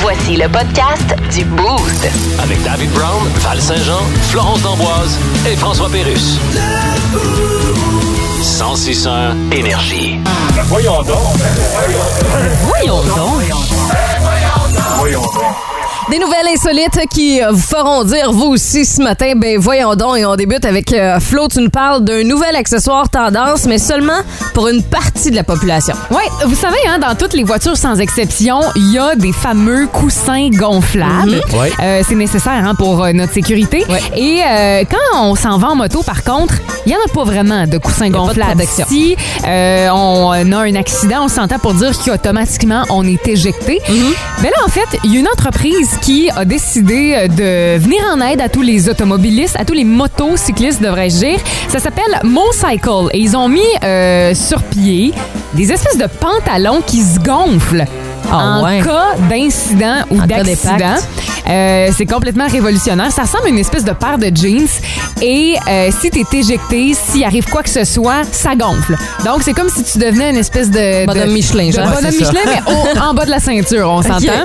Voici le podcast du Boost. Avec David Brown, Val Saint-Jean, Florence D'Amboise et François Pérus. 106 énergie. Voyons donc. Voyons donc. Voyons donc. Des nouvelles insolites qui euh, vous feront dire vous aussi ce matin, ben voyons donc et on débute avec euh, Flo, tu nous parles d'un nouvel accessoire tendance mais seulement pour une partie de la population. Oui, vous savez, hein, dans toutes les voitures sans exception, il y a des fameux coussins gonflables. Ouais. Euh, c'est nécessaire hein, pour euh, notre sécurité. Et euh, quand on s'en va en moto, par contre, il n'y en a pas vraiment de coussins pas de gonflables. protection. si euh, on a un accident, on s'entend pour dire qu'automatiquement, on est éjecté. Mhm. Mais là, en fait, il y a une entreprise qui a décidé euh, de venir en aide à tous les automobilistes, à tous les motocyclistes, devrais-je dire. Ça s'appelle Mocycle. Et ils ont mis euh, sur pied des espèces de pantalons qui se gonflent Ah en ouais. cas d'incident ou En cas d'accident. d'impact. Euh, c'est complètement révolutionnaire. Ça ressemble à une espèce de paire de jeans. Et euh, si t'es éjecté, s'il arrive quoi que ce soit, ça gonfle. Donc, c'est comme si tu devenais une espèce de... Bonhomme de- Michelin, de genre. bonhomme Ouais, c'est ça. Michelin, mais au- en bas de la ceinture, on s'entend.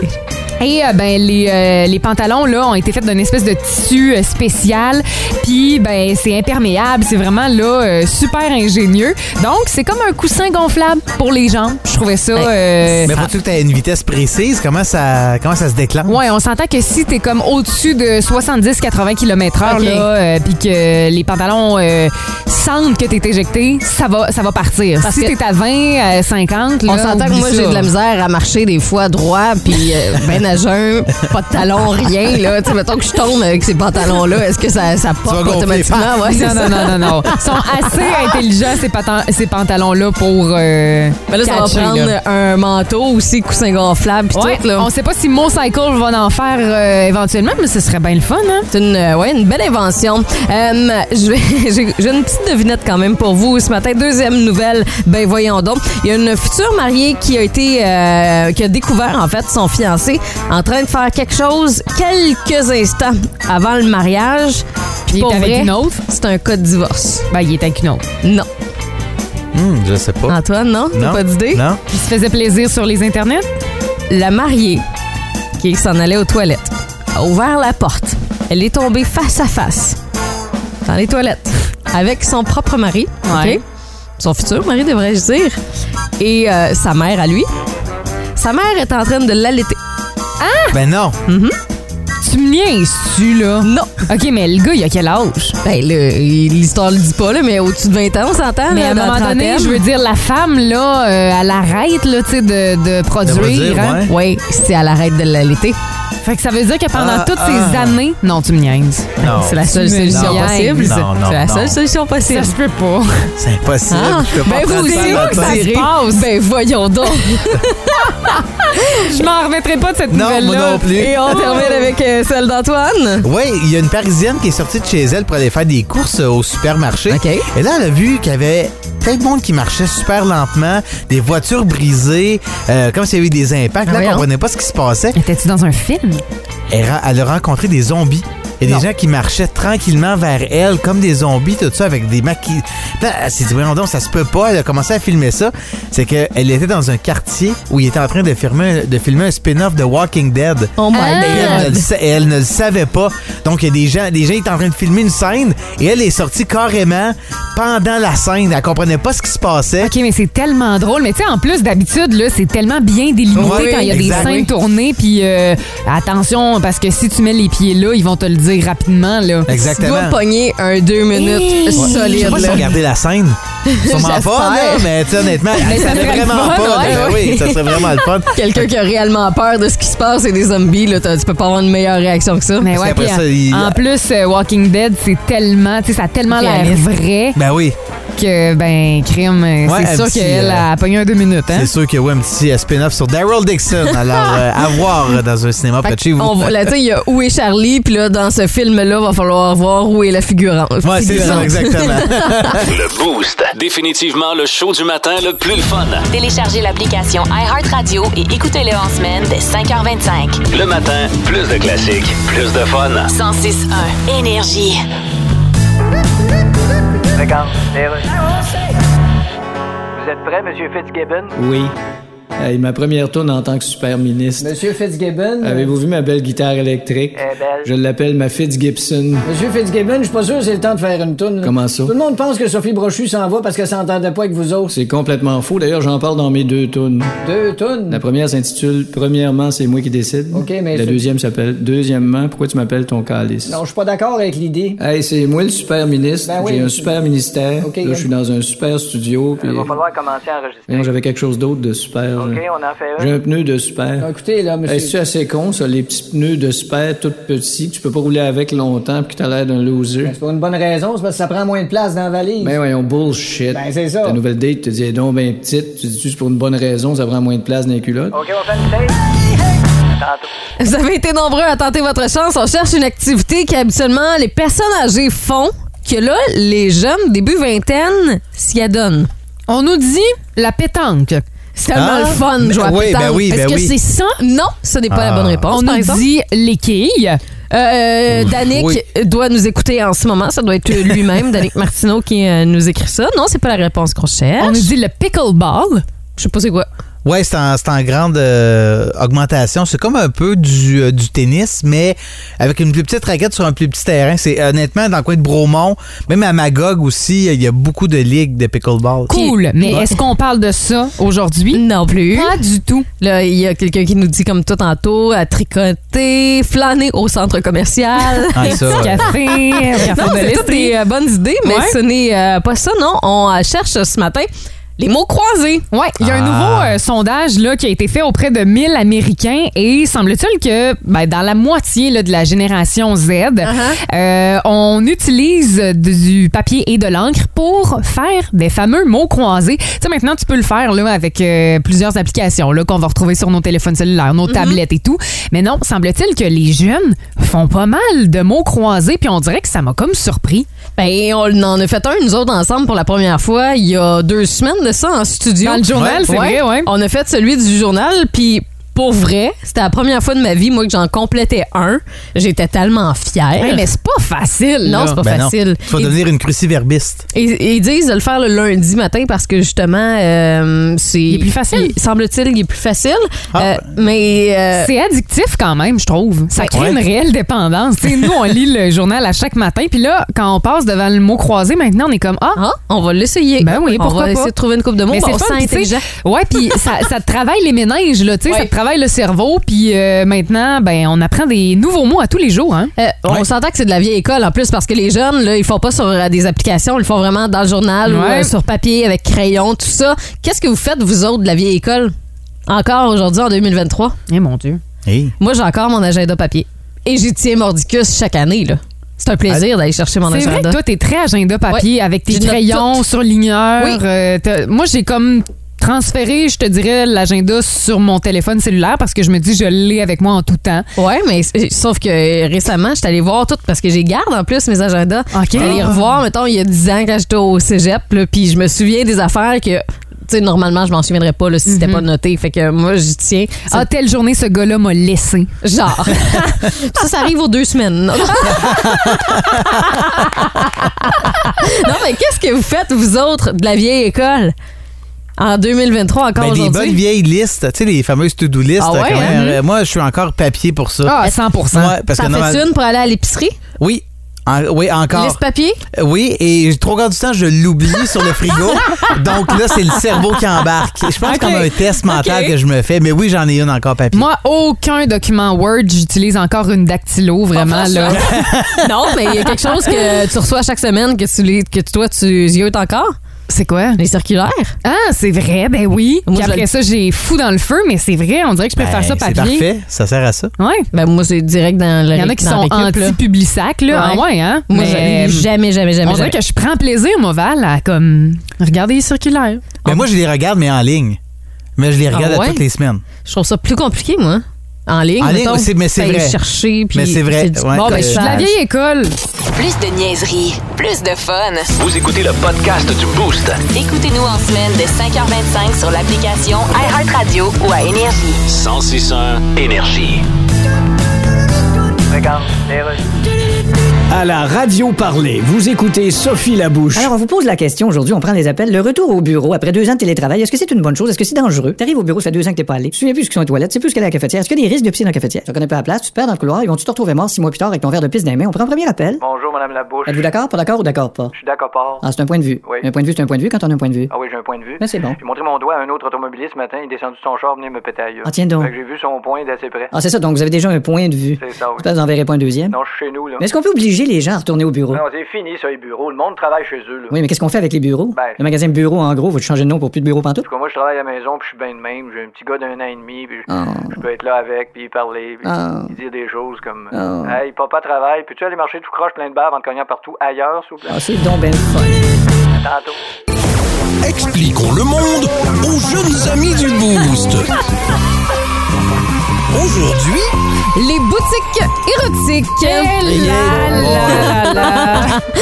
Et euh, ben les, euh, les pantalons là ont été faits d'une espèce de tissu euh, spécial, puis ben c'est imperméable, c'est vraiment là euh, super ingénieux. Donc c'est comme un coussin gonflable pour les jambes. Je trouvais ça. euh, Mais faut-tu que tu une vitesse précise? Comment ça, comment ça se déclenche? Ouais, on s'entend que si t'es comme au-dessus de 70-80 km/h, Ok. là, euh, puis que les pantalons euh, sentent que t'es éjecté, ça va, ça va partir. Parce si que- t'es à 20, euh, 50, là, On s'entend que oublie moi ça. j'ai de la misère à marcher des fois droit puis euh, ben à jeun, pas de talons, rien là, tu sais mettons que je tombe avec ces pantalons là, est-ce que ça ça vas pop gonfler, automatiquement ouais, c'est Non, ça. non, non, non, non. Ils sont assez intelligents, ces, patan- ces pantalons-là, pour. euh, Mais là, ça va catcher, prendre là. un manteau aussi, coussin gonflable, pis Ouais, tout, là. on sait pas si Mocycle va en faire euh, éventuellement, mais ce serait bien le fun, hein? C'est une, euh, ouais, une belle invention. Euh, je vais- J'ai j'ai une petite devinette quand même pour vous ce matin. Deuxième nouvelle, ben voyons donc. Il y a une future mariée qui a été, euh, qui a découvert en fait son fiancé en train de faire quelque chose quelques instants avant le mariage. Puis Il est pour avec vrai, une autre? c'est un cas de divorce. Ben, il est avec une autre. Non. Hmm, je sais pas. Antoine, non? T'as Non? pas d'idée? Non? Il se faisait plaisir sur les internets? La mariée qui s'en allait aux toilettes a ouvert la porte. Elle est tombée face à face dans les toilettes avec son propre mari, Ouais. ok? son futur mari devrais-je dire, et euh, sa mère à lui. Sa mère est en train de l'allaiter. Ah! Ben non. Tu me niaises-tu, là? Mm-hmm. Non, OK, mais le gars, il a quel âge? ben, le- l'histoire le dit pas, là, mais au-dessus de 20 ans, on s'entend. Mais là, à un dans la moment donné, trentaine. je veux dire, la femme, là, euh, elle arrête, là, tu sais, de, de produire. produire, hein? Oui, ouais. si elle arrête de l'allaiter. Fait que ça veut dire que pendant Ah, toutes ces ah. années... Non, tu me niaises. Non. C'est la seule Tu me solution niaises. possible. Non, non, C'est la non. seule solution Ça possible. se peut pas. C'est impossible. Ah, Je peux pas ben vous prendre aussi, ça c'est dans où que ma ça tête. se tirez. passe? Ben voyons donc. Je m'en remettrai pas de cette Non, nouvelle-là. moi non plus. Et on termine avec euh, celle d'Antoine. Oui, il y a une Parisienne qui est sortie de chez elle pour aller faire des courses euh, au supermarché. OK. Et là, elle a vu qu'il y avait plein de monde qui marchait super lentement, des voitures brisées, euh, comme s'il y avait eu des impacts. Là, elle Ben Voyons. comprenait pas ce qui se passait. Étais-tu dans un film? Elle, ra- elle a rencontré des zombies. Il y a des gens qui marchaient tranquillement vers elle, comme des zombies, tout ça, avec des maquis. Là, elle s'est dit, voyons donc, ça se peut pas. Elle a commencé à filmer ça. C'est qu'elle était dans un quartier où il était en train de filmer, de filmer un spin-off de Walking Dead. Oh my Ah. Et elle, ne god. le sa- et elle ne le savait pas. Donc, il y a des gens, des gens étaient en train de filmer une scène et elle est sortie carrément pendant la scène. Elle comprenait pas ce qui se passait. OK, mais c'est tellement drôle. Mais tu sais, en plus, d'habitude, là, c'est tellement bien délimité Ouais, quand il y a exact. des scènes tournées. Puis euh, attention, parce que si tu mets les pieds là, ils vont te le dire rapidement. Là. Tu dois Exactement. pogner un deux minutes Hey. Je sais solide. pas si là. on regardait la scène. Sûrement pas, là, J'espère. mais tu sais, honnêtement, Mais ça ça serait le vraiment fun, pas. ouais, Ben ouais. oui, ça serait vraiment le fun. Quelqu'un qui a réellement peur de ce qui se passe et des zombies, là, t'as- tu peux pas avoir une meilleure réaction que ça. Mais Parce ouais, qu'après puis ça, en- il- en plus, euh, Walking Dead, c'est tellement, tu sais, ça a tellement l'air Réaliste. vrai Ben oui, que, ben, crime, euh, Ouais, c'est un sûr petit, qu'elle euh, a pogné un deux minutes. Hein? c'est sûr qu'il y a eu un petit euh, spin-off sur Daryl Dixon. Alors, euh, à voir euh, dans un cinéma près de chez vous. On voit- là, tu sais, il y a Où est Charlie, puis là, dans ce film-là, va falloir voir où est la figurante. Ouais, c'est ça, Figurante. exactement. Le Boost. Définitivement le show du matin le plus le fun. Téléchargez l'application iHeartRadio et écoutez-le en semaine dès 5h25. Le matin, plus de classiques, plus de fun. 106.1 Énergie. Regarde, les rues. Vous êtes prêt, Monsieur Fitzgibbon? Oui. Hey, ma première tourne en tant que super ministre. Monsieur Fitzgibbon. euh, Avez-vous vu ma belle guitare électrique? Elle est belle. Je l'appelle ma Fitzgibson. Monsieur Fitzgibbon, je suis pas sûr que c'est le temps de faire une toune. là. Comment ça? Tout le monde pense que Sophie Brochu s'en va parce qu'elle s'entendait pas avec vous autres. C'est complètement faux. D'ailleurs, j'en parle dans mes deux tunes. Deux tounes. La première s'intitule Premièrement, c'est moi qui décide. OK, mais La c'est- deuxième s'appelle Deuxièmement, pourquoi tu m'appelles ton calice? Non, je suis pas d'accord avec l'idée. Hey, c'est moi le super ministre. Ben oui. J'ai un super ministère. OK, Là, je suis dans un super studio. Puis... commencer à enregistrer. Voyons, j'avais quelque chose d'autre de super. là. on en fait J'ai un pneu de super. Écoutez, là, monsieur. Est-ce que c'est assez con, ça, les petits pneus de super tout petits que tu peux pas rouler avec longtemps puis que t'as l'air d'un loser? Ben, C'est pour une bonne raison, c'est parce que ça prend moins de place dans la valise. Ben voyons, bullshit. Ben, c'est ça. Ta nouvelle date, tu te dis, eh donc ben petite, tu dis, c'est pour une bonne raison, ça prend moins de place dans les culottes. Oh, Vous avez été nombreux à tenter votre chance. On cherche une activité qu'habituellement les personnes âgées font, que là, les jeunes, début vingtaine, s'y adonnent. On nous dit la pétanque. C'est tellement Ah. le fun de jouer à Ben oui, pétanque. ben oui, Est-ce ben que oui. c'est ça? Non, ce n'est pas la Ah. bonne réponse. On par nous exemple. dit les quilles. Euh, Danick oui. doit nous écouter en ce moment. Ça doit être lui-même, Danick Martineau, qui euh, nous écrit ça. Non, c'est pas la réponse qu'on cherche. On nous dit le pickleball. Je sais pas c'est quoi. Ouais, c'est en, c'est en grande euh, augmentation. C'est comme un peu du, euh, du tennis, mais avec une plus petite raquette sur un plus petit terrain. C'est honnêtement dans le coin de Bromont, même à Magog aussi, il y a beaucoup de ligues de pickleball. Cool. Mais Ouais. est-ce qu'on parle de ça aujourd'hui? Non plus. Pas du tout. Là, il y a quelqu'un qui nous dit comme tout tantôt à tricoter, flâner au centre commercial. Ah, ça, ouais. Café, café non, de c'est l'Est toutes des et- euh, bonnes idées, mais Ouais. ce n'est euh, pas ça, non. On euh, cherche euh, ce matin les mots croisés. Ouais, il y Ah. Ah. a un nouveau euh, sondage là, qui a été fait auprès de 1000 Américains et semble-t-il que ben, dans la moitié là, de la génération Z, euh, on utilise du papier et de l'encre pour faire des fameux mots croisés. Tu sais, maintenant, tu peux le faire là, avec euh, plusieurs applications là, qu'on va retrouver sur nos téléphones cellulaires, nos tablettes et tout. Mais non, semble-t-il que les jeunes font pas mal de mots croisés puis on dirait que ça m'a comme surpris. Ben, on en a fait un, nous autres, ensemble pour la première fois il y a deux semaines de ça en studio. Dans le journal, c'est vrai, ouais. On a fait celui du journal, puis pour vrai, c'était la première fois de ma vie, moi, que j'en complétais un. J'étais tellement fière. Hey, mais c'est pas facile. non, là. c'est pas Ben non. facile. Tu vas Et- devenir une cruciverbiste. Et, et ils disent de le faire le lundi matin parce que justement, euh, c'est. Il est plus facile. il- Semble-t-il, il est plus facile. Ah. Euh, mais. euh, C'est addictif quand même, je trouve. Ça crée Ouais. une réelle dépendance. Tu sais, nous, on lit le journal à chaque matin, puis là, quand on passe devant le mot croisé, maintenant, on est comme ah. ah, on va l'essayer. Ben oui, on pourquoi va pas? essayer de trouver une coupe de mots. Mais Ben, c'est on le fun, se sent puis tu sais, intelligent. Ouais, puis ça, ça te travaille les méninges, là, tu sais, ça te travaille le cerveau, puis euh, maintenant, ben, on apprend des nouveaux mots à tous les jours, hein. Euh, On Ouais. s'entend que c'est de la vieille école en plus parce que les jeunes, là, ils font pas sur euh, des applications, ils le font vraiment dans le journal ou Ouais. euh, sur papier avec crayon, tout ça. Qu'est-ce que vous faites, vous autres, de la vieille école? Encore aujourd'hui, en 2023? Eh mon Dieu. Hey. Moi, j'ai encore mon agenda papier. Et j'y tiens mordicus chaque année, là. C'est un plaisir d'aller chercher mon Ah, C'est agenda. vrai que toi, t'es très agenda papier avec tes Je note crayons, tout. surligneurs. Oui. euh, t'as- moi, j'ai comme transféré, je te dirais, l'agenda sur mon téléphone cellulaire parce que je me dis, je l'ai avec moi en tout temps. Ouais, mais c- sauf que euh, récemment, je suis allée voir tout parce que j'ai garde en plus mes agendas. OK. Je suis allée revoir, mettons, il y a 10 ans quand j'étais au cégep, là, puis je me souviens des affaires que, tu sais, normalement, je m'en souviendrais pas là, si c'était pas noté. Fait que moi, j'y tiens. Mhm. Ah, telle journée, ce gars-là m'a laissé. Genre. ça, ça arrive aux deux semaines. Non, Non, mais qu'est-ce que vous faites, vous autres, de la vieille école? En 2023, encore Ben, des aujourd'hui. bonnes vieilles listes, tu sais, les fameuses to-do listes. Ah ouais, quand même. hein? Euh, Moi, je suis encore papier pour ça. Ah, 100 Ouais, parce T'en que fais normal- une pour aller à l'épicerie? Oui. En- oui, encore. Liste papier? Euh, Oui, et trois quarts du temps, je l'oublie sur le frigo. Donc là, c'est le cerveau qui embarque. Je pense Ok. qu'on a un test mental Ok. que je me fais. Mais oui, j'en ai une encore papier. Moi, aucun document Word, j'utilise encore une dactylo, vraiment, là. Non, mais il y a quelque chose que Euh, tu reçois chaque semaine que, tu les, que toi, tu ziotes encore? C'est quoi? Les circulaires. Ah, c'est vrai, ben oui. Moi, Puis je après le- ça, j'ai fou dans le feu, mais c'est vrai, on dirait que je préfère Ben, ça C'est papier. parfait, ça sert à ça. Ouais. Ben, moi, c'est direct dans le Il y en a qui dans sont la récup, là. anti-publisac, là. Ouais. Ah ouais, hein? Moi, Mais, je- jamais, jamais, jamais. On dirait jamais. que je prends plaisir, moi, Val, à comme regarder les circulaires. Mais moi, je les regarde, mais en ligne. Mais je les regarde Ah ouais? à toutes les semaines. Je trouve ça plus compliqué, moi. hein. En ligne, En ligne, mettons, c'est- mais c'est t'as à vrai. chercher, puis Mais c'est vrai, du- ouais, Euh, bon, ben, t'as- je suis de la La Page. vieille école. Plus de niaiserie, plus de fun. Vous écoutez le podcast du Boost. Écoutez-nous en semaine de 5h25 sur l'application iHeartRadio ou à Énergie. 1061 Énergie. À la radio parler, vous écoutez Sophie Labouche. Alors, on vous pose la question aujourd'hui, on prend les appels. Le retour au bureau après deux ans de télétravail, est-ce que c'est une bonne chose? Est-ce que c'est dangereux? T'arrives au bureau, ça fait deux ans que t'es pas allé. Tu te souviens plus ce que sont les toilettes, tu sais plus ce qu'elle est à la cafetière. Est-ce qu'il y a des risques de pisser dans la cafetière? Tu connais pas la place, tu te perds dans le couloir, ils vont-tu te retrouver mort six mois plus tard avec ton verre de pisse dans les mains? On prend un premier appel. Bonjour, Madame Labouche. Êtes-vous d'accord, pas d'accord ou d'accord pas? Je suis d'accord, pas. Ah, c'est un point de vue. Oui. Un point de vue, c'est un point de vue quand on a un point de vue. Ah oui, j'ai un point de vue. Mais c'est bon. J'ai montré mon doigt à un autre automobiliste ce matin, il est descendu de son char, venir me péter ailleurs. Ah, tiens donc. Fait que j'ai vu son point d'assez près. Ah, c'est ça, donc vous avez déjà un point de vue. C'est ça, oui. J'espère que vous en verrez pas un deuxième. Non, je suis chez nous, là. Ah, Mais est-ce qu'on peut obliger les gens à retourner au bureau? Non, c'est fini, ça, les bureaux. Le monde travaille chez eux, là. Oui, mais qu'est-ce qu'on fait avec les bureaux? Ben- Le magasin bureau, en gros, faut-tu changer de nom pour plus de bureau pantoute? Parce que moi, je travaille à la maison, puis je suis bien de même. J'ai un petit gars d'un an et demi, puis je- Ah. je peux être là avec, puis parler, puis Ah. puis dire des choses comme Ah. Hey, papa travaille, peux-tu aller marcher tout croche plein de bave en te cognant partout ailleurs, s'il vous plaît? Ah, c'est donc ben le fun. Tantôt. Expliquons le monde aux jeunes amis du Boost. Aujourd'hui, Les boutiques érotiques. là, là,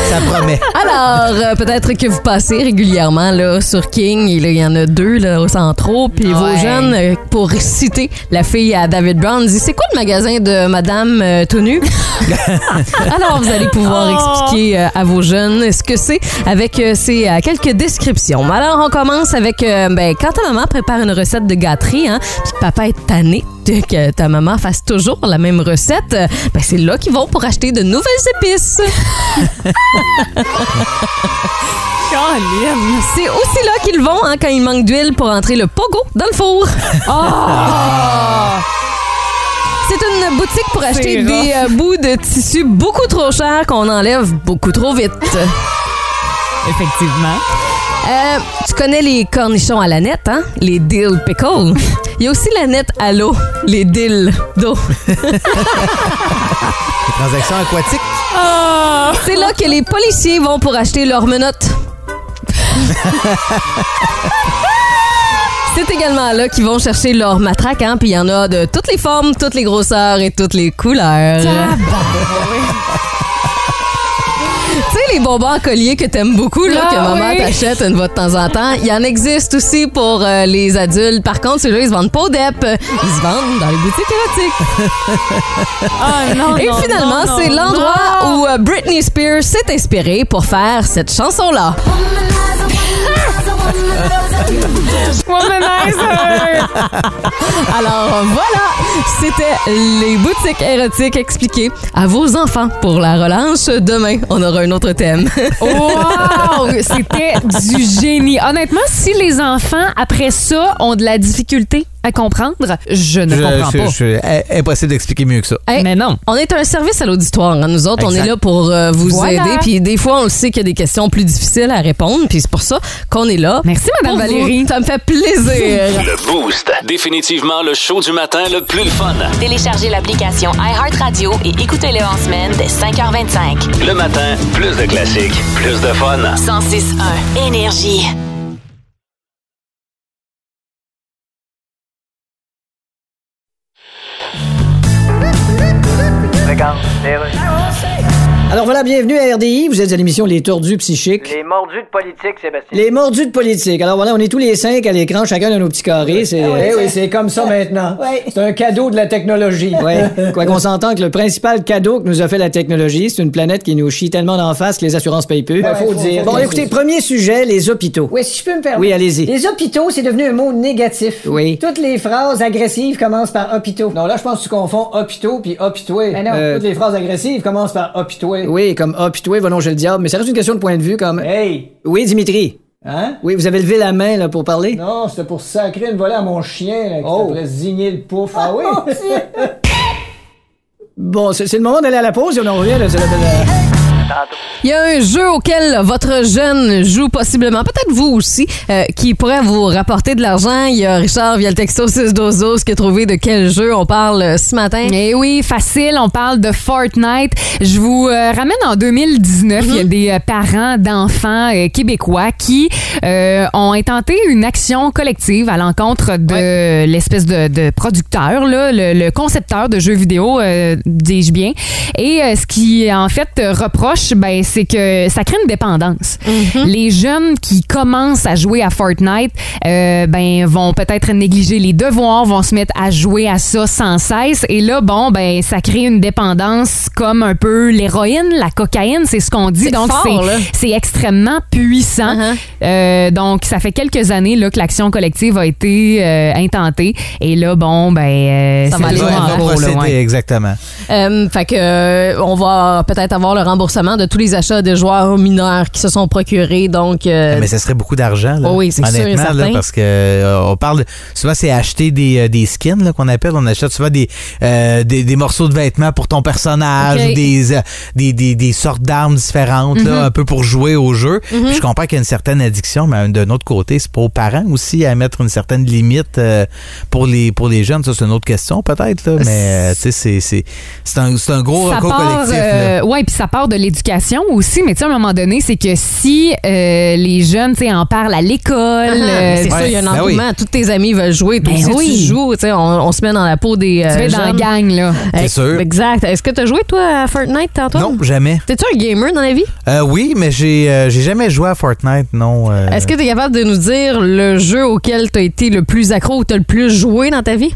Ça promet. Alors, euh, peut-être que vous passez régulièrement là, sur King. Et là, Il y en a deux là, au centre. Puis vos Ouais. jeunes, euh, pour citer la fille à David Brown, dit C'est quoi le magasin de Madame euh, tout nu? Alors, vous allez pouvoir expliquer euh, à vos jeunes ce que c'est avec euh, ces euh, quelques descriptions. Alors, on commence avec euh, ben, quand ta maman prépare une recette de gâterie, hein, puis que papa est tanné de que ta maman fasse toujours la même recette, euh, ben, c'est là qu'ils vont pour acheter de nouvelles épices. C'est aussi là qu'ils vont hein, quand il manque d'huile pour entrer le pogo dans le four. C'est une boutique pour acheter rough. des euh, bouts de tissu beaucoup trop chers qu'on enlève beaucoup trop vite. Effectivement. Euh, tu connais les cornichons à la nette, hein? Les dill pickles. Il y a aussi la nette à l'eau, les dill d'eau. Les transactions aquatiques. C'est là que les policiers vont pour acheter leurs menottes. C'est également là qu'ils vont chercher leur matraque, hein, puis il y en a de toutes les formes, toutes les grosseurs et toutes les couleurs. Tu sais, les bonbons en collier que t'aimes beaucoup, là, Ah que maman oui. t'achète une fois de temps en temps, il y en existe aussi pour euh, les adultes. Par contre, ceux-là, ils se vendent pas au DEP. Ils se vendent dans les boutiques érotiques. Ah non, Et non, finalement, non, c'est non, l'endroit non. où euh, Britney Spears s'est inspirée pour faire cette chanson-là. Womanizer! Alors voilà, c'était les boutiques érotiques expliquées à vos enfants pour la relance. Demain, on aura un autre thème. Wow! C'était du génie. Honnêtement, si les enfants, après ça, ont de la difficulté à comprendre, je ne Je- comprends je- pas. je- eh, impossible d'expliquer mieux que ça. Hey, Mais non. On est un service à l'auditoire. hein. Nous autres, on Exact. est là pour euh, vous Voilà. aider. Puis des fois, on le sait qu'il y a des questions plus difficiles à répondre. Puis c'est pour ça qu'on est là. Merci, Madame Pour vous. Valérie. Ça me fait plaisir. Le Boost. Définitivement le show du matin le plus le fun. Téléchargez l'application iHeartRadio et écoutez-le en semaine dès 5h25. Le matin, plus de classiques, plus de fun. 106.1 Énergie. Regarde, les rues. Alors voilà, bienvenue à RDI. Vous êtes à l'émission Les Tordus Psychiques. Les mordus de politique, Sébastien. Les mordus de politique. Alors voilà, on est tous les cinq à l'écran, chacun dans nos petits carrés. C'est Ah ouais, Eh oui, c'est comme ça maintenant. C'est un cadeau de la technologie. Quoi qu'on s'entende que le principal cadeau que nous a fait la technologie, c'est une planète qui nous chie tellement d'en face que les assurances payent peu. faut dire. Bon, écoutez, premier sujet, les hôpitaux. Oui, si je peux me permettre. Oui, allez-y. Les hôpitaux, c'est devenu un mot négatif. Oui. Toutes les phrases agressives commencent par hôpitaux. Non, là, je pense que tu confonds hôpitaux puis hôpitoué. Ben non. Toutes les phrases agressives commencent par hôpitoué. Oui, comme hôpitoué, va j'ai le diable. Mais ça reste une question de point de vue, comme. Hey! Oui, Dimitri. Hein? Oui, vous avez levé la main, là, pour parler? Non, c'était pour sacrer une volée à mon chien, là, qui pourrait zigner le pouf. Ah oui? bon, c'est c'est le moment d'aller à la pause et on en revient, là. c'est la- la- Il y a un jeu auquel votre jeune joue possiblement, peut-être vous aussi, euh, qui pourrait vous rapporter de l'argent. Il y a Richard via le texto 612 qui a trouvé de quel jeu on parle euh, ce matin. Eh oui, facile, on parle de Fortnite. Je vous euh, ramène en 2019. Il y a Mm-hmm. des euh, parents d'enfants euh, québécois qui euh, ont intenté une action collective à l'encontre de l'espèce de, de producteur, là, le, le concepteur de jeux vidéo, euh, dis-je bien. Et euh, ce qui, en fait, euh, reproche, poche, ben, c'est que ça crée une dépendance. Mhm. Les jeunes qui commencent à jouer à Fortnite, euh, ben, vont peut-être négliger les devoirs, vont se mettre à jouer à ça sans cesse. Et là, bon, ben, ça crée une dépendance comme un peu l'héroïne, la cocaïne, c'est ce qu'on dit. C'est Donc, fort, là. Uh-huh. c'est c'est extrêmement puissant. Euh, donc, ça fait quelques années là, que l'action collective a été euh, intentée. Et là, bon, ben, euh, Eh, Ça c'est va aller toujours loin, en là. cours, là, Procéder, ouais. exactement. Euh, fait que euh, on va peut-être avoir le remboursement de tous les achats des joueurs mineurs qui se sont procurés. Donc, euh, Eh, Ah, Mais ça serait beaucoup d'argent, là. Oh oui, c'est sûr et Honnêtement, là, certain. parce que euh, on parle. Souvent, c'est acheter des, euh, des skins, là, qu'on appelle. On achète souvent des, euh, des, des morceaux de vêtements pour ton personnage, Ok. ou des, euh, des, des, des sortes d'armes différentes, Mhm. là, un peu pour jouer au jeu. Mhm. Puis je comprends qu'il y a une certaine addiction, mais d'un autre côté, c'est pas aux parents aussi à mettre une certaine limite euh, pour, les, pour les jeunes. Ça, c'est une autre question, peut-être, là. Mais, euh, tu sais, c'est- c'est- c'est un, c'est un gros recours collectif, là. euh, ouais, puis ça part de l'éducation aussi, mais tu sais, à un moment donné, c'est que si euh, les jeunes, tu sais, en parlent à l'école, euh, Ah, c'est ça, il y a un ben engouement. oui. Tous tes amis veulent jouer. Toi Ben aussi, oui. tu joues. tu sais, On, on se met dans la peau des. Tu euh, es dans la jeunes. gang, là. Euh, C'est sûr. Exact. Est-ce que tu as joué, toi, à Fortnite, Antoine? Non, jamais. T'es-tu un gamer dans la vie? Euh, oui, mais j'ai euh, j'ai jamais joué à Fortnite, non. euh. Est-ce que tu es capable de nous dire le jeu auquel tu as été le plus accro ou tu as le plus joué dans ta vie?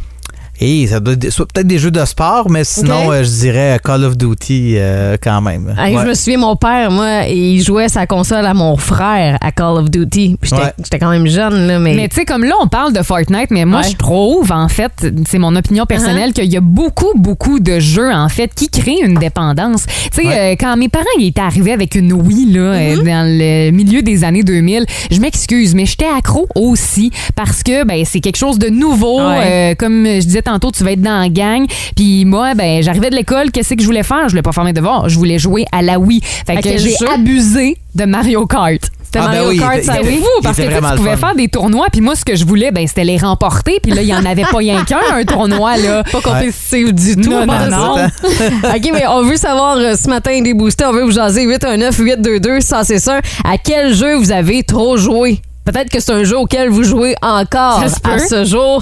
Eh, ça doit être- soit peut-être des jeux de sport, mais sinon, Ok. euh, je dirais Call of Duty euh, quand même. Hey, Ouais. Ah, Je me souviens, mon père, moi, il jouait sa console à mon frère à Call of Duty. Puis J'étais Ouais. j'étais quand même jeune, là, mais. Mais tu sais, comme là, on parle de Fortnite, mais moi, Ouais. Uh-huh. je trouve, en fait, c'est mon opinion personnelle, qu'il y a beaucoup, beaucoup de jeux, en fait, qui créent une dépendance. Tu sais, euh, quand mes parents ils étaient arrivés avec une Wii, là, euh, Mm-hmm. dans le milieu des années 2000, je m'excuse, mais j'étais accro aussi parce que, ben, c'est quelque chose de nouveau. Ouais. Euh, comme je disais tantôt, tu vas être dans la gang. Puis moi, ben, j'arrivais de l'école, qu'est-ce que je voulais faire? Je voulais pas faire mes devoirs. Je voulais jouer à la Wii. Fait À que quel j'ai jeu? abusé de Mario Kart. C'était Ah, ben Mario oui, il Kart, était- ça il était- oui. il Parce que était tu sais, tu vraiment le pouvais fun. faire des tournois, puis moi, ce que je voulais, ben, c'était les remporter, puis là, il n'y en avait pas rien qu'un, un tournoi, là. Pas compétitif du tout. Non, pas non, de non. ça. OK, mais on veut savoir euh, ce matin, des boostés, on veut vous jaser 819-822, ça c'est sûr. À quel jeu vous avez trop joué? Peut-être que c'est un jeu auquel vous jouez encore Ça se à peut. ce jour.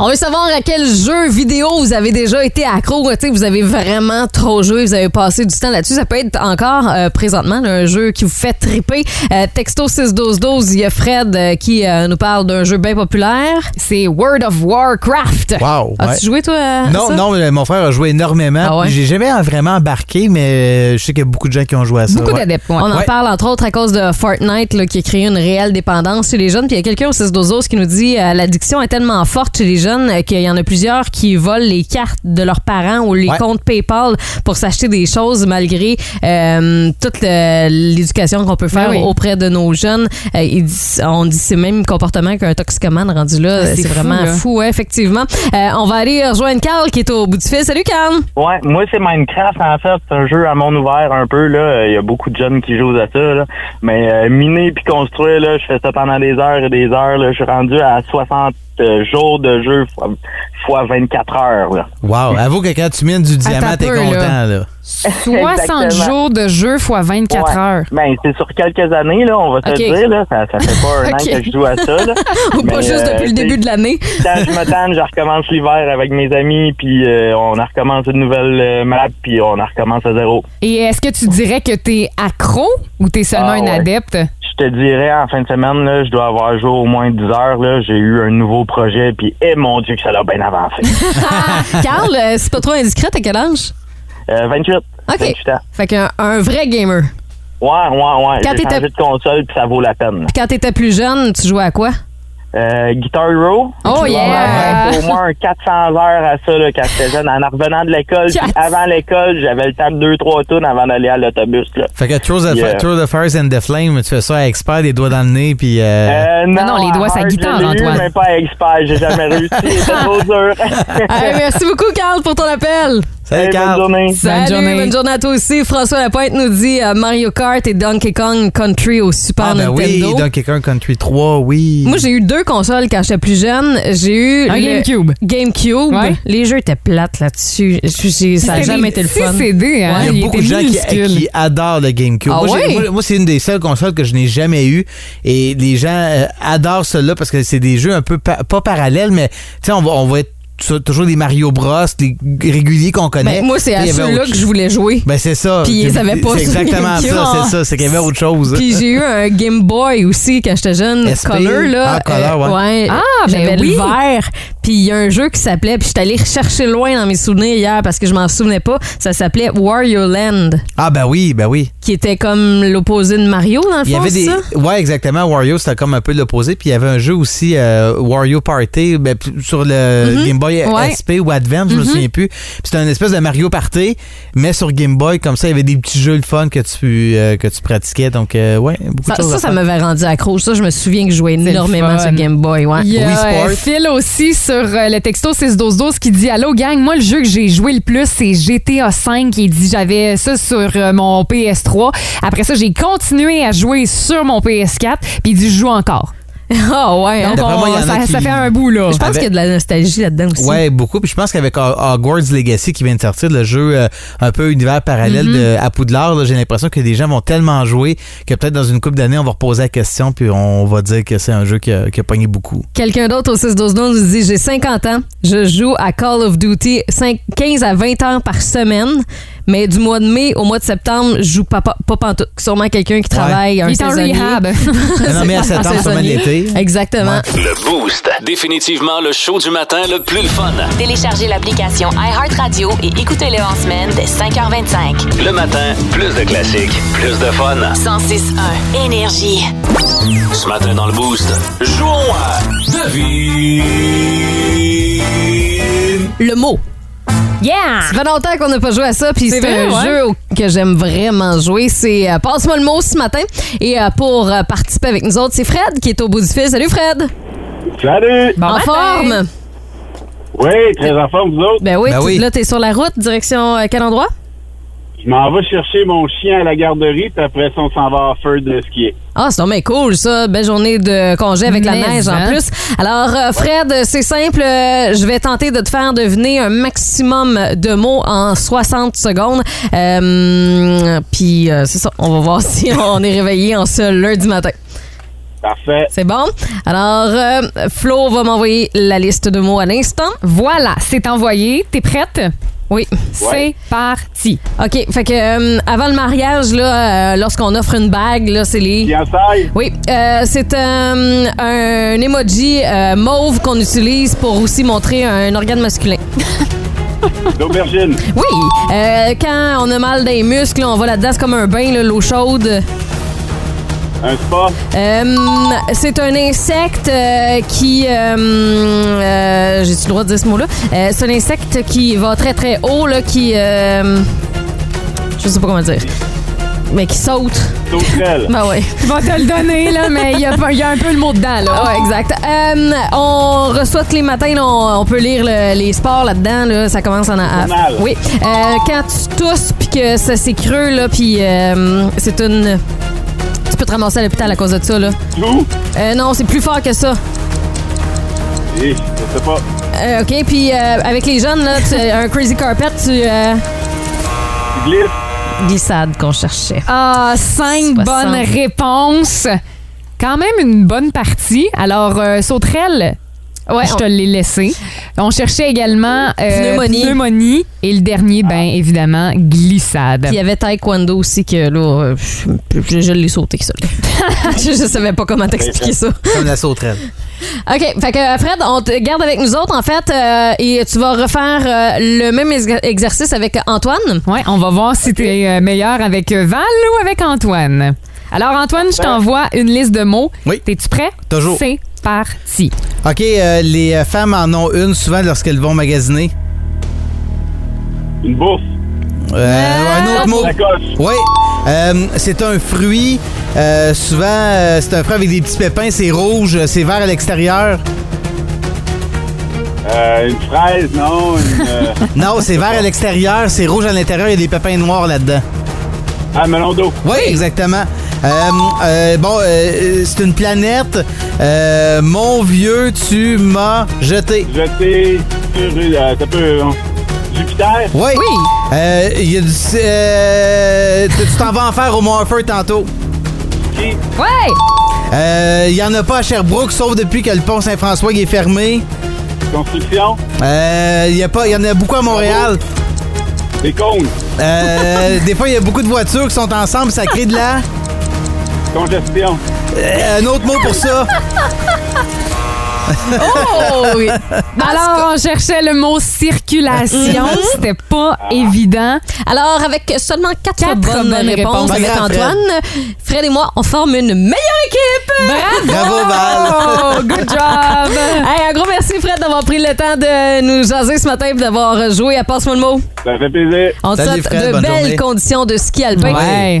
On veut savoir à quel jeu vidéo vous avez déjà été accro. euh, Tu sais, Vous avez vraiment trop joué, vous avez passé du temps là-dessus. Ça peut être encore euh, présentement là, un jeu qui vous fait triper. Euh, texto 61212, il y a Fred euh, qui euh, nous parle d'un jeu bien populaire. C'est World of Warcraft. Wow, As-tu ouais. joué, toi? à Non, ça? non, mais mon frère a joué énormément. Ah ouais? Puis J'ai jamais vraiment embarqué, mais euh, je sais qu'il y a beaucoup de gens qui ont joué à ça. Beaucoup ouais. d'adeptes. On en Ouais. parle entre autres à cause de Fortnite là, qui a créé une réelle dépendance chez les jeunes. Puis il y a quelqu'un au 6 dozos qui nous dit euh, l'addiction est tellement forte chez les jeunes euh, qu'il y en a plusieurs qui volent les cartes de leurs parents ou les Ouais. comptes PayPal pour s'acheter des choses malgré euh, toute euh, l'éducation qu'on peut faire Ben oui. auprès de nos jeunes. Euh, il dit- on dit c'est le même comportement qu'un toxicomane rendu là. Ah, c'est c'est fou, vraiment là. fou, ouais, effectivement. Euh, on va aller rejoindre Carl qui est au bout du fil. Salut Carl! Ouais, moi c'est Minecraft en fait, c'est un jeu à monde ouvert un peu là. Il y a beaucoup de jeunes qui jouent à ça là. Mais euh, miner puis construire là, je fais ça pendant des heures et des heures là. Je suis rendu à 60 jours de jeu fois, fois 24 heures là. Wow, avoue que quand tu mines du diamant, Attends t'es peu, content, là. là. 60 Exactement. jours de jeu fois 24 Ouais. heures. Ben c'est sur quelques années là, on va Ok. se le dire là. Ça, ça fait pas un Ok. an que je joue à ça là. Ou pas Mais, juste euh, depuis le c'est- début de l'année. Quand je me tanne, je recommence l'hiver avec mes amis, puis euh, on en recommence une nouvelle euh, map, puis on en recommence à zéro. Et est-ce que tu dirais que t'es accro ou t'es seulement Ah, un ouais. adepte? Je te dirais, en fin de semaine, là, je dois avoir joué au moins 10 heures. Là, j'ai eu un nouveau projet, puis eh mon Dieu que ça l'a bien avancé. Carl, euh, c'est pas trop indiscret, t'as quel âge? Euh, 28. OK. 28 ans. Fait qu'un un vrai gamer. Ouais, ouais, ouais. Quand J'ai t'étais- changé de console, puis ça vaut la peine. Puis Quand t'étais plus jeune, tu jouais à quoi? Euh, Guitar Hero. Oh, Je dois yeah! avoir fait au moins un 400 heures à ça là, quand j'étais jeune. En revenant de l'école, puis avant l'école, j'avais le temps de 2-3 tours avant d'aller à l'autobus. là. Fait que Throw the, Puis, euh, Fi- Throw the Fires and the Flame, tu fais ça à expert, des doigts dans le nez, puis. euh, euh, non, non, les doigts, ça à hard, guitare, je l'ai eu, Antoine. mais pas à expert, j'ai jamais réussi. C'était trop dur. Hey, Euh, merci beaucoup, Carl, pour ton appel. Salut, Carl. Salut, bonne journée à toi aussi. François Lapointe nous dit euh, Mario Kart et Donkey Kong Country au Super Ah, ben Nintendo. oui, Donkey Kong Country 3, oui. Moi, j'ai eu deux consoles quand j'étais plus jeune. J'ai eu. Un le GameCube. GameCube. Ouais. Les jeux étaient plates là-dessus. Je- j'ai- Ça n'a C'était jamais des été le petits fun. CD, hein? Ouais. Il y a beaucoup de gens qui, qui adorent le GameCube. Ah moi, j'ai- ouais? moi- moi, c'est une des seules consoles que je n'ai jamais eue. Et les gens euh, adorent cela parce que c'est des jeux un peu pa- pas parallèles, mais tu sais, on va, on va être t- toujours des Mario Bros, des g- réguliers qu'on connaît. Ben, moi, c'est à Il y avait ceux-là autre- que je voulais jouer. Ben, c'est ça. Puis ils C'est- savaient pas C'est sur exactement GameCube. ça, c'est ça. C'est qu'il y avait autre chose. Puis j'ai eu un Game Boy aussi quand j'étais jeune, SP. Color là. Ah, Color, ouais. Ah, Ah, ben j'avais oui. le vert. Puis il y a un jeu qui s'appelait, puis je suis allée rechercher loin dans mes souvenirs hier parce que je m'en souvenais pas. Ça s'appelait Wario Land, Ah, ben oui, ben oui. qui était comme l'opposé de Mario dans le Il y fond. avait des. c'est ça? Ouais, exactement. Wario, c'était comme un peu l'opposé. Puis il y avait un jeu aussi, euh, Wario Party, ben, p- sur le Mhm. Game Boy Ouais. SP ou Advance, je me Mhm. souviens plus. Puis c'était un espèce de Mario Party, mais sur Game Boy, comme ça, il y avait des petits jeux le fun que tu, euh, que tu pratiquais. Donc, euh, ouais, beaucoup Ça, de choses. ça, à ça faire. m'avait rendu accro. Ça, je me souviens que je jouais énormément fun. sur Game Boy. Ouais. Il y a euh, Phil aussi sur euh, le texto 61212 qui dit Allô gang, moi le jeu que j'ai joué le plus c'est GTA 5 Il dit j'avais ça sur euh, mon PS3. Après ça, j'ai continué à jouer sur mon PS4 puis il dit je joue encore. Ah ouais. Donc D'après on- moi, il y en a ça, qui- ça fait un bout là. Je pense qu'il y a de la nostalgie là-dedans aussi. Ouais, beaucoup. Puis je pense qu'avec Ho- Hogwarts Legacy qui vient de sortir, le jeu euh, un peu univers parallèle Mm-hmm. de, à Poudlard, là, j'ai l'impression que des gens vont tellement jouer que peut-être dans une couple d'années, on va reposer la question puis on va dire que c'est un jeu qui a, qui a pogné beaucoup. Quelqu'un d'autre au 6 12 12 nous dit j'ai 50 ans, je joue à Call of Duty 5 15 à 20 heures par semaine, mais du mois de mai au mois de septembre, je joue pas pas, pas pantoute. Sûrement quelqu'un qui travaille un Il est en saisonnier. rehab. non, mais à septembre, Un sûrement saisonnier. l'été. Exactement. Le Boost. Définitivement le show du matin le plus le fun. Téléchargez l'application iHeartRadio et écoutez-le en semaine dès 5h25. Le matin, plus de classiques, plus de fun. 106.1 Énergie. Ce matin dans le Boost, jouons à euh. Devine. Le mot. Yeah! Ça fait longtemps qu'on n'a pas joué à ça, puis C'est c'est vrai, un ouais. jeu au- que j'aime vraiment jouer. C'est euh, Passe-moi le mot ce matin. Et euh, pour euh, participer avec nous autres, c'est Fred qui est au bout du fil. Salut Fred! Salut! en forme? Oui, très en forme, vous autres. Ben oui, tu- là, t'es sur la route, direction euh, quel endroit? Je m'en vais chercher mon chien à la garderie, puis après ça, on s'en va à feu de skier. Ah, c'est mais cool, ça. Belle journée de congé avec la Mais neige hein. en plus. Alors, euh, Fred, c'est simple. euh, Je vais tenter de te faire deviner un maximum de mots en 60 secondes. Euh, Puis, euh, c'est ça. On va voir si on est réveillé en ce lundi matin. Parfait. C'est bon? Alors, euh, Flo va m'envoyer la liste de mots à l'instant. Voilà, c'est envoyé. T'es prête? Oui. C'est parti. OK. Fait que euh, avant le mariage, là, euh, lorsqu'on offre une bague, là, c'est les. Oui. euh, c'est euh, un emoji euh, mauve qu'on utilise pour aussi montrer un organe masculin. L'aubergine. Oui. euh, quand on a mal des muscles, là, on va là-dedans, c'est comme un bain, là, l'eau chaude. Un spa. Euh, c'est un insecte euh, qui. euh, euh, J'ai-tu le droit de dire ce mot-là? Euh, c'est un insecte qui va très très haut, là, qui. euh, je sais pas comment dire. Mais qui saute. Sauterelle. Ben ouais. Je vais te le donner, là, mais il y a, il y a un peu le mot dedans, là. Ouais, exact. Euh, on reçoit tous les matins, là, on, on peut lire le- les sports là-dedans. Là, ça commence en à, Journal. Oui. Euh, quand tu tousses puis que ça c'est creux, là, puis euh, c'est une. Tu peux te ramasser à l'hôpital à cause de ça, là. Tout. Euh, non, c'est plus fort que ça. Et, je sais pas. Euh, OK, puis euh, avec les jeunes, là, tu- un crazy carpet, tu. euh, Tu glisses. glissade qu'on cherchait. Ah, cinq 60. bonnes réponses. Quand même une bonne partie. Alors, euh, sauterelle, Ouais, je te on- l'ai laissé. On cherchait également euh, Pneumonie. Ah. pneumonie. Et le dernier, ben évidemment, glissade. Puis il y avait taekwondo aussi que là, euh, je, je- je l'ai sauté ça. là. je, je savais pas comment t'expliquer ça. Comme la sauterelle. OK. Fait que Fred, on te garde avec nous autres, en fait, euh, et tu vas refaire euh, le même ex- exercice avec Antoine. Ouais, on va voir si t'es euh, meilleur avec Val ou avec Antoine. Alors, Antoine, je t'envoie une liste de mots. Oui. T'es-tu prêt? Toujours. C'est parti. OK, euh, les euh, femmes en ont une souvent lorsqu'elles vont magasiner. Une bourse. Euh, un autre mot. La coche. Oui. Euh, c'est un fruit. euh, souvent, euh, c'est un fruit avec des petits pépins. C'est rouge, euh, c'est vert à l'extérieur. Euh, une fraise, non. Une, euh, Non, c'est vert à l'extérieur, c'est rouge à l'intérieur. Il y a des pépins noirs là-dedans. un melon d'eau. Oui, exactement. Euh, euh, bon, euh, euh, c'est une planète. Euh, mon vieux, tu m'as jeté. Jeté sur une... euh, ça peut... euh, Jupiter. Oui. Euh, Il y a du. euh, tu tu t'en vas en faire au Mont feu tantôt. Qui? Ouais! Euh, Il y en a pas à Sherbrooke, sauf depuis que le pont Saint-François il est fermé. Construction. Euh, Il y a pas, il y en a beaucoup à Montréal. Des cônes. Euh, des fois, il y a beaucoup de voitures qui sont ensemble, ça crée de la. Congestion. Euh, un autre mot pour ça. Oh! oui. Alors, on cherchait le mot circulation. Mhm. C'était pas évident. Alors, avec seulement quatre, Quatre bonnes, bonnes réponses réponses. Pas avec grave, Fred. Antoine, Fred et moi, on forme une meilleure équipe! Bravo, Val. Good job! Hey, un gros merci, Fred, d'avoir pris le temps de nous jaser ce matin et d'avoir joué à Passe-moi le mot. Ça fait plaisir. On te Salut, souhaite Fred, de bonne belles journée. conditions de ski alpin. Ouais.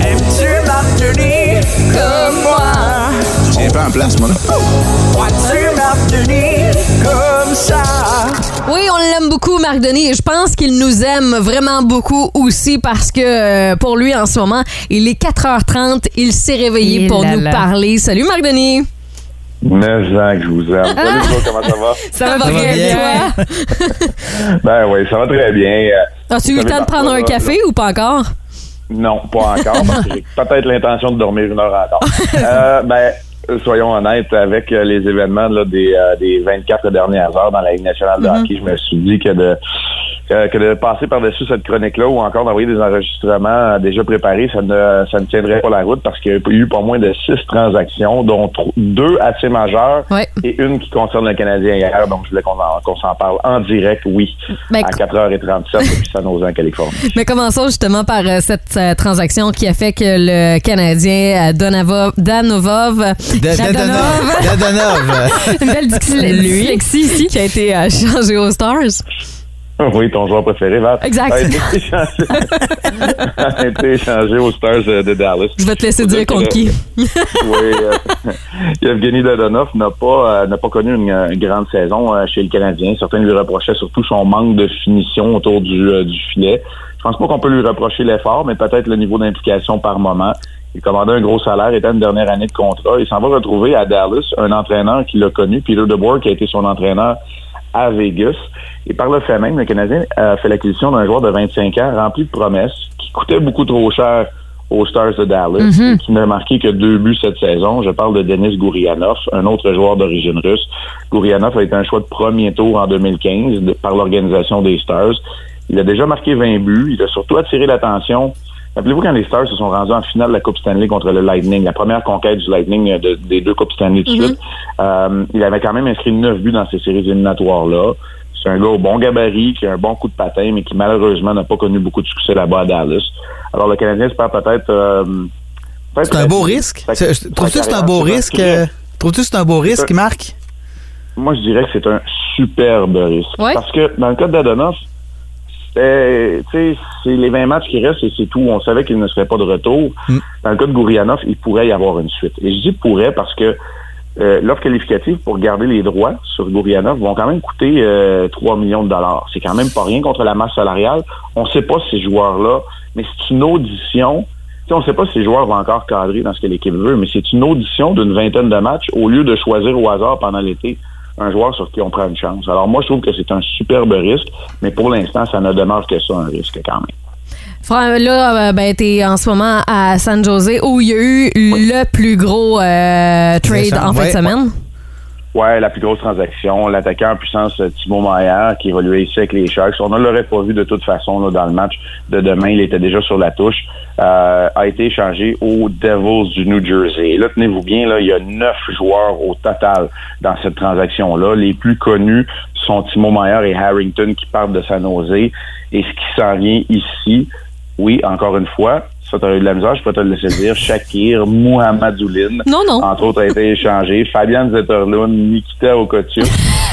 Aimes-tu Martini comme moi? J'ai pas en place, moi, là. Vois-tu Martini comme ça? Oui, on l'aime beaucoup, Marc Denis, et je pense qu'il nous aime vraiment beaucoup aussi parce que euh, pour lui, en ce moment, il est 4h30, il s'est réveillé Et pour là nous là. parler. Salut, Marc Denis! Neuf ans que je vous aime. Salut, vous autres, comment ça va? Ah! Ça va bien, toi? Ben oui, ça va très bien. Euh, As-tu eu vous le temps savez, de prendre un parfois, café ou pas encore? là, Non, pas encore, parce que j'ai peut-être l'intention de dormir une heure encore. Euh, ben, soyons honnêtes, avec euh, les événements là, des, euh, des 24 dernières heures dans la Ligue nationale de Mhm. hockey, je me suis dit que de euh, que de passer par-dessus cette chronique-là ou encore d'envoyer des enregistrements euh, déjà préparés, ça ne, ça ne tiendrait pas la route parce qu'il y a eu pas moins de six transactions, dont tro- deux assez majeures et une qui concerne le Canadien hier. Donc, je voulais qu'on en- qu'on s'en parle en direct, oui, Ben, à 4h37 depuis San Jose, en Californie. Mais commençons justement par euh, cette euh, transaction qui a fait que le Canadien euh, Donavo- Danovov, euh, Dadonov, Dadonov. Dadonov. une belle dyslexie Lui. ici, qui a été euh, changé aux Stars. Oui, ton joueur préféré, Val. Exact. A été échangé, a été échangé aux Stars euh, de Dallas. Je vais te laisser Faut dire contre que- qui. oui, euh, Yevgeny Dadonov n'a pas euh, n'a pas connu une, euh, grande saison euh, chez le Canadien. Certains lui reprochaient surtout son manque de finition autour du, euh, du filet. Je pense pas qu'on peut lui reprocher l'effort, mais peut-être le niveau d'implication par moment. Il commandait un gros salaire, était une dernière année de contrat. Il s'en va retrouver à Dallas, un entraîneur qu'il a connu, Peter DeBoer, qui a été son entraîneur à Vegas. Et par le fait même, le Canadien a fait l'acquisition d'un joueur de 25 ans rempli de promesses qui coûtait beaucoup trop cher aux Stars de Dallas, Mhm. et qui n'a marqué que deux buts cette saison. Je parle de Denis Gourianov, un autre joueur d'origine russe. Gourianov a été un choix de premier tour en 2015 de- par l'organisation des Stars. Il a déjà marqué 20 buts. Il a surtout attiré l'attention. Rappelez-vous quand les Stars se sont rendus en finale de la Coupe Stanley contre le Lightning, la première conquête du Lightning euh, de- des deux Coupes Stanley de Mhm. suite. Euh, il avait quand même inscrit 9 buts dans ces séries éliminatoires-là. C'est un gars au bon gabarit, qui a un bon coup de patin, mais qui malheureusement n'a pas connu beaucoup de succès là-bas à Dallas. Alors le Canadien se perd peut-être... euh, peut-être- C'est un beau risque. sa- C'est- sa Trouves-tu que c'est un carrière beau sur le risque? circuit. euh, Trouves-tu que c'est un beau risque, un- Marc? Moi, je dirais que c'est un superbe risque. Ouais. Parce que dans le cas d'Adonoff, c'était, tu sais, c'est les 20 matchs qui restent et c'est tout. On savait qu'il ne serait pas de retour. Mm. Dans le cas de Gourianov, il pourrait y avoir une suite. Et je dis pourrait parce que euh, l'offre qualificative pour garder les droits sur Gourianov vont quand même coûter euh, 3 millions de dollars. C'est quand même pas rien contre la masse salariale. On ne sait pas ces joueurs-là, mais c'est une audition. Tu sais, on ne sait pas si ces joueurs vont encore cadrer dans ce que l'équipe veut, mais c'est une audition d'une vingtaine de matchs au lieu de choisir au hasard pendant l'été un joueur sur qui on prend une chance. Alors moi, je trouve que c'est un superbe risque, mais pour l'instant, ça ne demeure que ça, un risque quand même. Fran- Là, euh, ben, t'es en ce moment à San Jose où il y a eu le plus gros euh, trade en fin Ouais. de semaine. Ouais, la plus grosse transaction, l'attaquant en puissance euh, Thibaut Maillard qui évoluait ici avec les Sharks. On ne l'aurait pas vu de toute façon là, dans le match de demain. Il était déjà sur la touche. Euh, a été échangé aux Devils du New Jersey. Et là, tenez-vous bien, là, il y a neuf joueurs au total dans cette transaction-là. Les plus connus sont Timo Maillard et Harrington qui partent de San Jose. Et ce qui s'en vient ici, oui, encore une fois, ça t'aurais eu de la misère, je peux te le laisser dire, Shakir, Mohamedouline. Non, non. Entre autres, a été échangé. Fabian Zetterlund, Nikita Okotio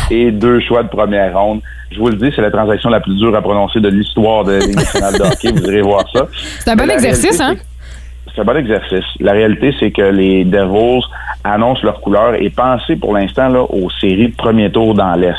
et deux choix de première ronde. Je vous le dis, c'est la transaction la plus dure à prononcer de l'histoire de la Ligue nationale de hockey. Vous irez voir ça. C'est un bon Mais la exercice, réalité, hein? c'est- c'est un bon exercice. La réalité, c'est que les Devils annoncent leurs couleurs et pensez pour l'instant là aux séries de premier tour dans l'Est.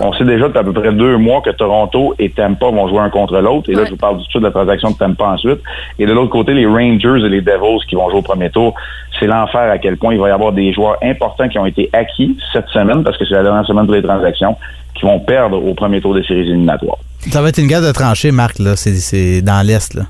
On sait déjà depuis à peu près deux mois que Toronto et Tampa vont jouer un contre l'autre. Et là, je vous parle du tout de la transaction de Tampa ensuite. Et de l'autre côté, les Rangers et les Devils qui vont jouer au premier tour. C'est l'enfer à quel point il va y avoir des joueurs importants qui ont été acquis cette semaine, parce que c'est la dernière semaine pour les transactions, qui vont perdre au premier tour des séries éliminatoires. Ça va être une guerre de tranchées, Marc, là. C'est- C'est dans l'Est, là.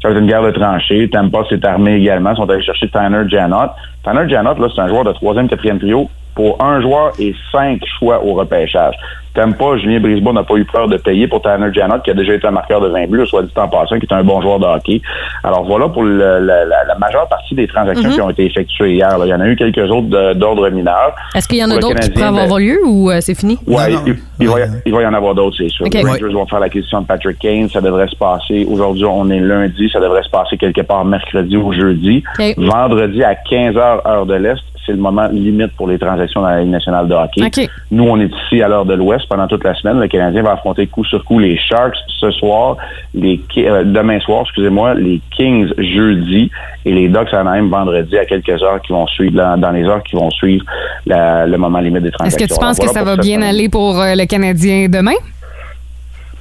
Ça va être une guerre de tranchées. Tampa s'est armé également. Ils sont allés chercher Tanner Janot. Tanner Janot, là, c'est un joueur de troisième, quatrième trio pour un joueur et cinq choix au repêchage. Tampa, Julien Brisebois n'a pas eu peur de payer pour Tanner Janot, qui a déjà été un marqueur de 20 buts, soit dit en passant, qui est un bon joueur de hockey. Alors voilà pour le- la, la- la majeure partie des transactions Mhm. qui ont été effectuées hier. là. Il y en a eu quelques autres de- d'ordre mineur. Est-ce qu'il y en Pour a le d'autres qui pourraient Canadien, ben, avoir lieu ou euh, c'est fini? oui, il, il va y, il va y en avoir d'autres, c'est sûr. Ok. Les Rangers vont faire l'acquisition de Patrick Kane. Ça devrait se passer. Aujourd'hui, on est lundi. Ça devrait se passer quelque part mercredi ou jeudi. Ok. Vendredi à 15h, heure de l'Est, c'est le moment limite pour les transactions dans la Ligue nationale de hockey. OK. Nous, on est ici à l'heure de l'Ouest pendant toute la semaine. Le Canadien va affronter coup sur coup les Sharks ce soir, les Ki- euh, demain soir, excusez-moi, les Kings jeudi et les Ducks Anaheim vendredi à quelques heures qui vont suivre, dans, dans les heures qui vont suivre la- le moment limite des Est-ce transactions. que tu Alors, penses que voilà ça pour va cette bien semaine. aller pour euh, le Canadien demain?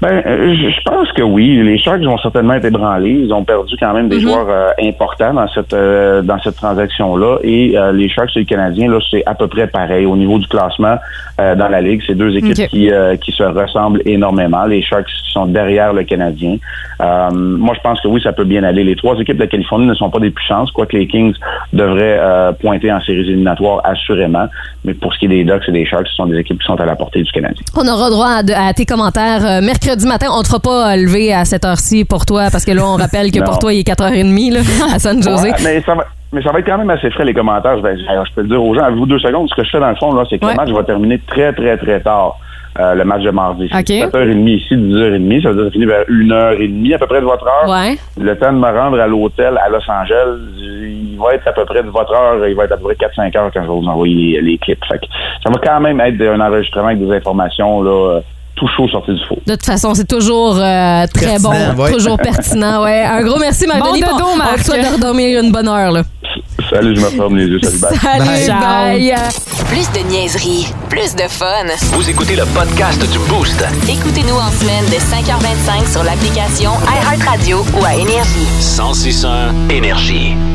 Ben, euh, je je pense que oui. Les Sharks vont certainement être ébranlés. Ils ont perdu quand même des Mhm. joueurs euh, importants dans cette euh, dans cette transaction-là. Et euh, les Sharks et les Canadiens, là, c'est à peu près pareil. Au niveau du classement euh, dans la Ligue, c'est deux équipes Ok. qui, euh, qui se ressemblent énormément. Les Sharks qui sont derrière le Canadien. Euh, moi, je pense que oui, ça peut bien aller. Les trois équipes de la Californie ne sont pas des puissances, quoique les Kings devraient euh, pointer en séries éliminatoires assurément. Mais pour ce qui est des Ducks et des Sharks, ce sont des équipes qui sont à la portée du Canadien. On aura droit à, de- à tes commentaires euh, mercredi matin. On te fera pas euh, lever à cette heure-ci pour toi, parce que là, on rappelle que Non. pour toi, il est 4h30 là, à San Jose. Ouais, mais, ça va, mais ça va être quand même assez frais, les commentaires. Je, vais- je- je peux le dire aux gens, avez-vous deux secondes? Ce que je fais dans le fond, là, c'est que le match va terminer très, très, très tard. euh, le match de mardi. OK. 7h30 ici, 10h30. Ça veut dire que ça finit vers 1h30 à peu près de votre heure. Le temps de me rendre à l'hôtel à Los Angeles, il va être à peu près de votre heure. Il va être à peu près 4-5 heures quand je vais vous envoyer les, les clips. Fait que ça va quand même être un enregistrement avec des informations là, euh, tout chaud sorti du four. De toute façon, c'est toujours euh, très Pertinent, bon, ouais. toujours pertinent. Ouais. Un gros merci, Bon Marie-Denis. dodo, on, Marc. te souhaite de redormir une bonne heure. Là. Salut, je me ferme les yeux. Salut, bye. Salut, bye. Plus de niaiserie, plus de fun. Vous écoutez le podcast du Boost. Écoutez-nous en semaine de 5h25 sur l'application iHeartRadio ou à Énergie. 1061 Énergie.